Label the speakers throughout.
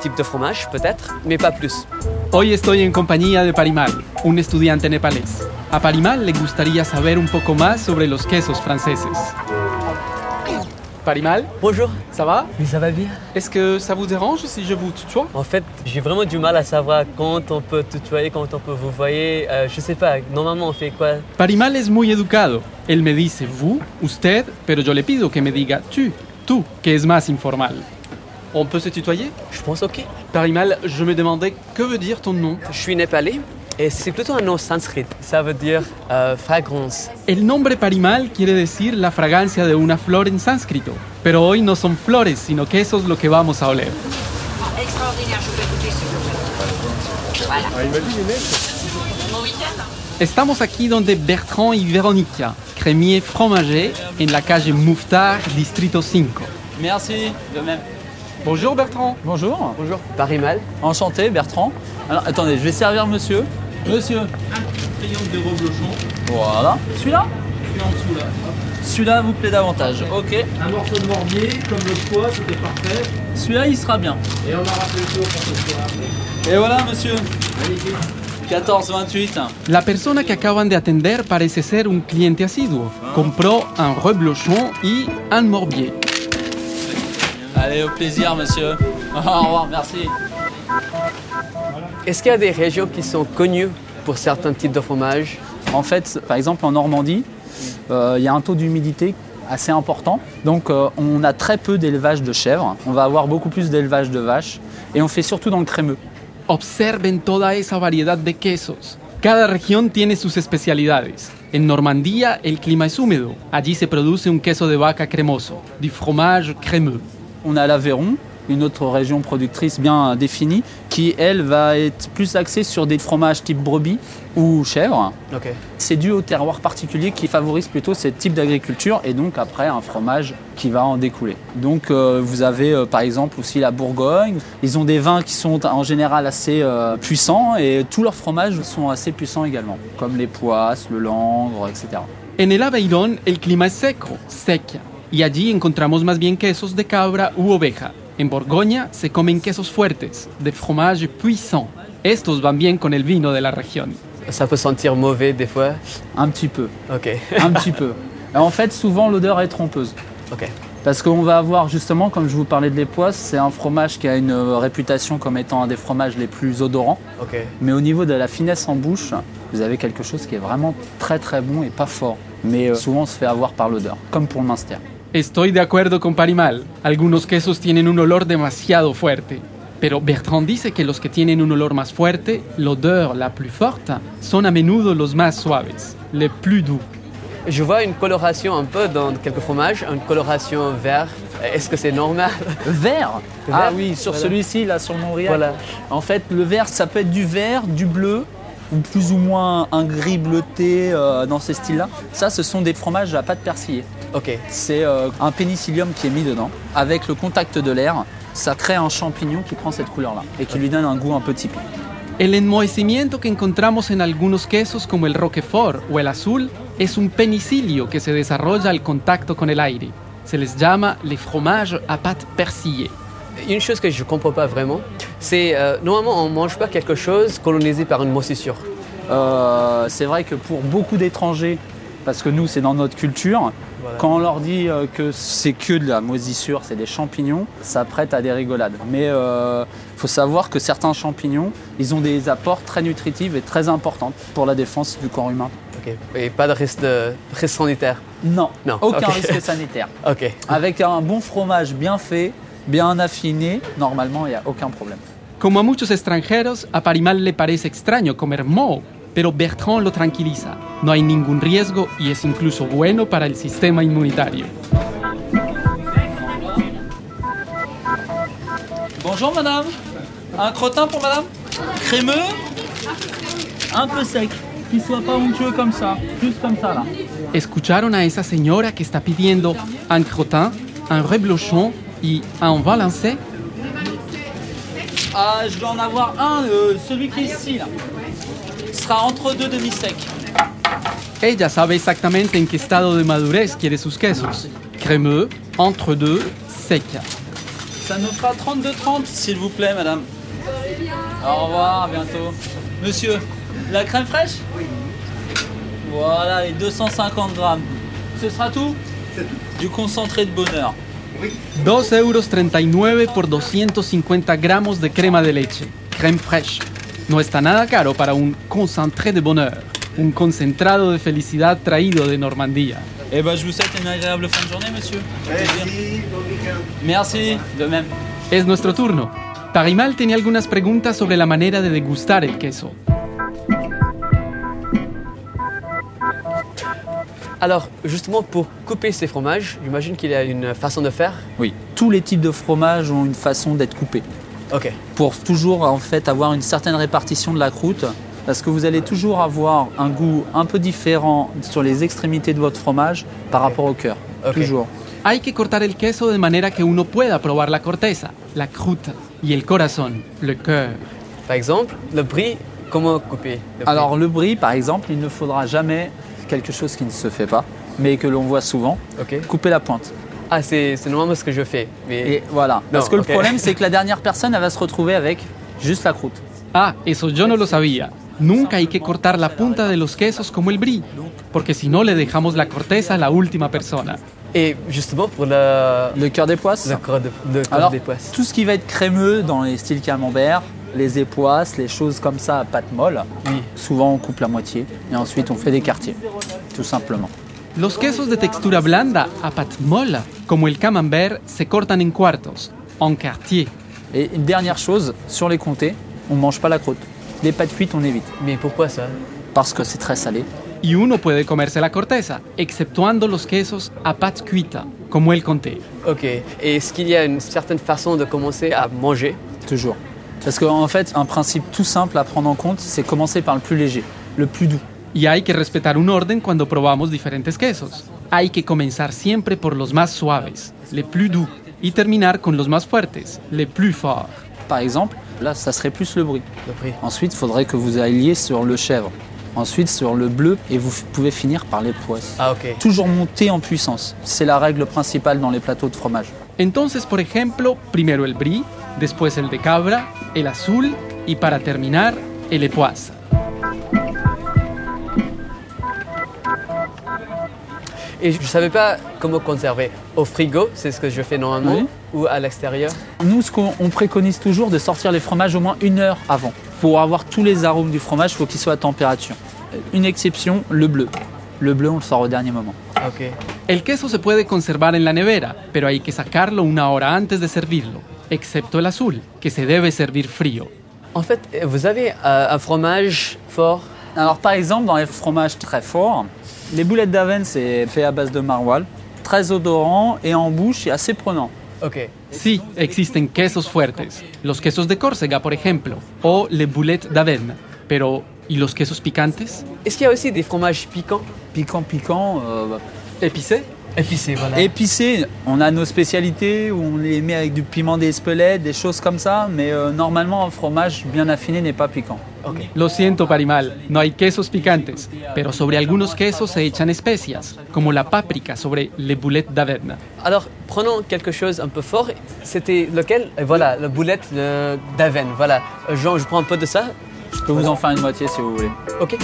Speaker 1: types de fromages peut-être, mais pas plus.
Speaker 2: Hoy estoy en compañía de Parimal, un estudiante nepalés. A Parimal le gustaría saber un poco más sobre los quesos franceses. Parimal,
Speaker 1: Bonjour,
Speaker 2: ça va
Speaker 1: mais ça va bien
Speaker 2: Est-ce que ça vous dérange si je vous tutoie
Speaker 1: En fait, j'ai vraiment du mal à savoir quand on peut tutoyer, quand on peut vous voyer. Euh, je sais pas, normalement on fait quoi
Speaker 2: Parimal es muy educado. Él me dice vous, usted, pero yo le pido que me diga tu, tú, que es más informal. On peut se tutoyer
Speaker 1: Je pense ok.
Speaker 2: Parimal, je me demandais que veut dire ton nom
Speaker 1: Je suis népalais et c'est plutôt un nom sanskrit. Ça veut dire euh, fragrance.
Speaker 2: El nombre Parimal quiere decir la fragancia de una flor en sánscrito, pero hoy no son flores, sino que eso es lo que vamos a oler.
Speaker 3: Extraordinaire, je peux goûter s'il vous plaît.
Speaker 2: Estamos aquí donde Bertrand y Verónica, Crémier Fromager, en la calle Mouffetard, distrito 5.
Speaker 4: Merci, de même.
Speaker 2: Bonjour Bertrand.
Speaker 4: Bonjour,
Speaker 1: Bonjour. Parimal.
Speaker 4: enchanté Bertrand. Alors attendez, je vais servir monsieur. Monsieur. Un de Voilà. Celui-là Celui-là vous plaît davantage. Ok.
Speaker 5: Un morceau de morbier, comme l'autre fois, c'était parfait.
Speaker 4: Celui-là il sera bien.
Speaker 5: Et on a rappelé le tour pour ce soir.
Speaker 4: Et voilà monsieur. 14,28.
Speaker 2: La persona que acaban de atender parece ser un cliente asiduo. Compró un reblochon y un morbier.
Speaker 4: Allez, au plaisir monsieur. Au revoir, merci.
Speaker 1: Est-ce qu'il y a des régions qui sont connues pour certains types de fromages
Speaker 4: En fait, par exemple, en Normandie, euh, il y a un taux d'humidité assez important. Donc, euh, on a très peu d'élevage de chèvres. On va avoir beaucoup plus d'élevage de vaches. Et on fait surtout dans le crémeux.
Speaker 2: Observen toda esa variedad de quesos. Cada región tiene sus especialidades. En Normandía el clima es húmedo. Allí se produce un queso de vaca cremoso, du fromage crémeux.
Speaker 4: On a l'Aveyron, une autre région productrice bien définie, qui, elle, va être plus axée sur des fromages type brebis ou chèvre.
Speaker 1: Ok.
Speaker 4: C'est dû au terroir particulier qui favorise plutôt ce type d'agriculture et donc après un fromage qui va en découler. Donc euh, vous avez euh, par exemple aussi la Bourgogne. Ils ont des vins qui sont en général assez euh, puissants et tous leurs fromages sont assez puissants également, comme les poisses, le langre, etc.
Speaker 2: En el Aveyron el clima es seco, sequía, y allí encontramos más bien quesos de cabra u oveja. En Borgoña se comen quesos fuertes, de fromage puissant. Estos van bien con el vino de la región.
Speaker 1: Ça peut sentir mauvais des fois.
Speaker 4: Un petit peu,
Speaker 1: Ok.
Speaker 4: un petit peu. En fait, souvent l'odeur est trompeuse.
Speaker 1: Ok.
Speaker 4: Parce qu'on va avoir justement, comme je vous parlais de les poisses, c'est un fromage qui a une euh, réputation comme étant un des fromages les plus odorants.
Speaker 1: Ok.
Speaker 4: Mais au niveau de la finesse en bouche, vous avez quelque chose qui est vraiment très très bon et pas fort. Mais euh, souvent on se fait avoir par l'odeur, comme pour le Munster.
Speaker 2: Estoy de acuerdo con Parimal. Algunos quesos tienen un olor demasiado fuerte. Pero Bertrand dice que los que tienen un olor más fuerte, l'odeur la plus forte, son a menudo los más suaves, les plus doux.
Speaker 1: Je vois une coloration un peu dans quelques fromages, une coloration vert. Est-ce que c'est normal
Speaker 4: Vert Ah
Speaker 1: Vert,
Speaker 4: oui, sur
Speaker 1: voilà.
Speaker 4: celui-ci, là, sur mon rial.
Speaker 1: Voilà.
Speaker 4: En fait, le vert, ça peut être du vert, du bleu, ou plus ou moins un gris bleuté euh, dans ces styles-là. Ça, ce sont des fromages à pâte persillée.
Speaker 1: Ok.
Speaker 4: C'est euh, un pénicillium qui est mis dedans. Avec le contact de l'air, ça crée un champignon qui prend cette couleur-là et qui lui donne un goût un peu typique.
Speaker 2: El enmohecimiento que encontramos en algunos quesos como el roquefort o el azul es un penicilio que se desarrolla al contacto con el aire. Se les llama les fromages à pâte persillée.
Speaker 1: Une chose que je comprends pas vraiment, c'est euh, normalement on mange pas quelque chose colonisé par une moisissure.
Speaker 4: Euh, c'est vrai que pour beaucoup d'étrangers, parce que nous, c'est dans notre culture, quand on leur dit euh, que c'est que de la moisissure, c'est des champignons, ça prête à des rigolades. Mais euh, faut savoir que certains champignons, ils ont des apports très nutritifs et très importants pour la défense du corps humain.
Speaker 1: Ok. Et pas de risque, de risque sanitaire.
Speaker 4: Non,
Speaker 1: Non,
Speaker 4: aucun
Speaker 1: ok.
Speaker 4: risque sanitaire.
Speaker 1: Ok.
Speaker 4: Avec un bon fromage bien fait, bien affiné, normalement, il n'y a aucun problème.
Speaker 2: Como a muchos extranjeros, a Parimal le parece extraño comer moho, pero Bertrand lo tranquiliza. No hay ningún riesgo y es incluso bueno para el sistema inmunitario.
Speaker 4: Bonjour madame, un crottin pour madame crémeux, un peu sec, qu'il soit pas onctueux comme ça, juste comme ça là.
Speaker 2: Escucharon a esa señora que está pidiendo un crottin, un reblochon y un valencé.
Speaker 4: Ah, je dois en avoir un, euh, celui qui est ici là. Ce sera entre deux demi-secs.
Speaker 2: Ella sabe exactamente en qué estado de madurez quiere sus quesos. Crémeux, entre deux, seca.
Speaker 4: Ça nous fera 32,30 s'il vous plaît madame. Au revoir, à bientôt. Monsieur, la crème fraîche Voilà, les 250 grammes. Ce sera tout Du concentré de bonheur.
Speaker 2: 2,39 euros 39 por 250 gramos de crema de leche, crème fraîche. No está nada caro para un concentré de bonheur, un concentrado de felicidad traído de Normandía.
Speaker 4: Eh ben, je vous souhaite une agréable fin de journée, monsieur. Merci, Merci, de même.
Speaker 2: Es nuestro turno. Parimal tenía algunas preguntas sobre la manera de degustar el queso.
Speaker 1: Alors, justement, pour couper ces fromages, j'imagine qu'il y a une façon de faire.
Speaker 4: Oui, tous les types de fromages ont une façon d'être coupés.
Speaker 1: Ok.
Speaker 4: Pour toujours, en fait, avoir une certaine répartition de la croûte. Parce que vous allez toujours avoir un goût un peu différent sur les extrémités de votre fromage par rapport au cœur.
Speaker 1: Ok.
Speaker 4: Toujours.
Speaker 2: Hay que cortar el queso de manera que uno pueda probar la corteza, la cruta y el corazón, le cœur.
Speaker 1: Par exemple, le brie, comment couper le brie
Speaker 4: Alors, le brie, par exemple, il ne faudra jamais quelque chose qui ne se fait pas, mais que l'on voit souvent,
Speaker 1: Ok.
Speaker 4: couper la pointe.
Speaker 1: Ah, c'est c'est normalement ce que je fais. Mais
Speaker 4: Et voilà. Parce que
Speaker 1: ok.
Speaker 4: le problème, c'est que la dernière personne, elle va se retrouver avec juste la croûte.
Speaker 2: Ah, eso yo no lo sabía. Nunca hay que cortar la punta de los quesos como el brie, porque si no le dejamos la corteza a la última persona.
Speaker 1: Et justement, pour le,
Speaker 4: Le cœur des poisses
Speaker 1: le corps de, le corps
Speaker 4: Alors,
Speaker 1: des poisses.
Speaker 4: tout ce qui va être crémeux dans les styles camembert, les époisses, les choses comme ça à pâte molle, souvent on coupe la moitié et ensuite on fait des quartiers, tout simplement.
Speaker 2: Los quesos de textura blanda a pat molle, como el camembert, se cortan en cuartos, en quartier.
Speaker 4: Et une dernière chose, sur les comtés, on ne mange pas la croûte. Les pâtes cuites, on évite,
Speaker 1: Mais pourquoi ça
Speaker 4: parce que c'est très salé.
Speaker 2: Y uno puede comerse la corteza, exceptuando los quesos a pat cuita, como el conté.
Speaker 1: Ok. Et est-ce qu'il y a une certaine façon de commencer à manger
Speaker 4: Toujours. Parce qu'en fait, un principe tout simple à prendre en compte, c'est commencer par le plus léger, le plus doux.
Speaker 2: Y hay que respetar un orden cuando probamos diferentes quesos. Hay que comenzar siempre por los más suaves, les plus doux, y terminar con los más fuertes, les plus forts.
Speaker 4: Par exemple, là, ça serait plus le bruit.
Speaker 1: Le brie.
Speaker 4: Ensuite, il faudrait que vous alliez sur le chèvre. Ensuite, sur le bleu, et vous f- pouvez finir par les poisses.
Speaker 1: Ah, ok.
Speaker 4: Toujours monter en puissance. C'est la règle principale dans les plateaux de fromage.
Speaker 2: Entonces, por ejemplo, primero el brie, después el de cabra, el azul y para terminar, el epoise.
Speaker 1: Et je ne savais pas comment conserver. Au frigo, c'est ce que je fais normalement,
Speaker 4: Oui.
Speaker 1: ou à l'extérieur.
Speaker 4: Nous, ce qu'on on préconise toujours, de sortir les fromages au moins une heure avant. Pour avoir tous les arômes du fromage, il faut qu'ils soient à température. Euh, Une exception, le bleu. Le bleu, on le sort au dernier moment.
Speaker 1: Ok.
Speaker 2: El queso se puede conservar en la nevera, pero hay que sacarlo una hora antes de servirlo, excepto el azul, que se debe servir frío.
Speaker 1: En fait, vous avez euh, un fromage fort.
Speaker 4: Alors, par exemple, dans les fromages très forts, les boulettes d'Aven, c'est fait à base de maroilles. Très odorant et en bouche, et assez prenant.
Speaker 1: Ok.
Speaker 2: Sí, existen quesos fuertes, los quesos de Córcega, por ejemplo, o les boulettes d'Aven. Pero, ¿y los quesos picantes?
Speaker 1: Est-ce qu'il y a aussi des fromages piquants
Speaker 4: Piquant, piquant, euh, bah,
Speaker 2: ¿Epicé?
Speaker 1: Épicés, voilà.
Speaker 4: Épicé, on a nos spécialités où on les met avec du piment d'Espelette, des choses comme ça, mais euh, normalement un fromage bien affiné n'est pas piquant.
Speaker 2: Lo siento, Parimal, no hay quesos picantes, pero sobre algunos quesos se echan especias, como la páprica sobre les boulettes d'Averna.
Speaker 1: Alors, prenons quelque chose un peu fort. C'était lequel Et Voilà, la boulette euh, d'Aven. Voilà. Euh, Jean, je prends un peu de ça.
Speaker 4: Je peux vous en faire une moitié si vous voulez.
Speaker 1: Ok.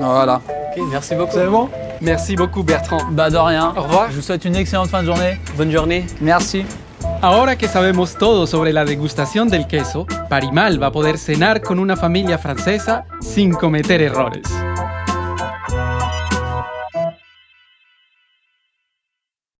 Speaker 4: Voilà.
Speaker 1: Ok, merci beaucoup.
Speaker 4: bon
Speaker 2: Merci beaucoup, Bertrand.
Speaker 4: Bah de rien.
Speaker 2: Au revoir.
Speaker 4: Je vous souhaite une excellente fin de journée.
Speaker 1: Bonne journée.
Speaker 4: Merci.
Speaker 2: Ahora que sabemos todo sobre la degustación del queso, Parimal va a poder cenar con una familia francesa sin cometer errores.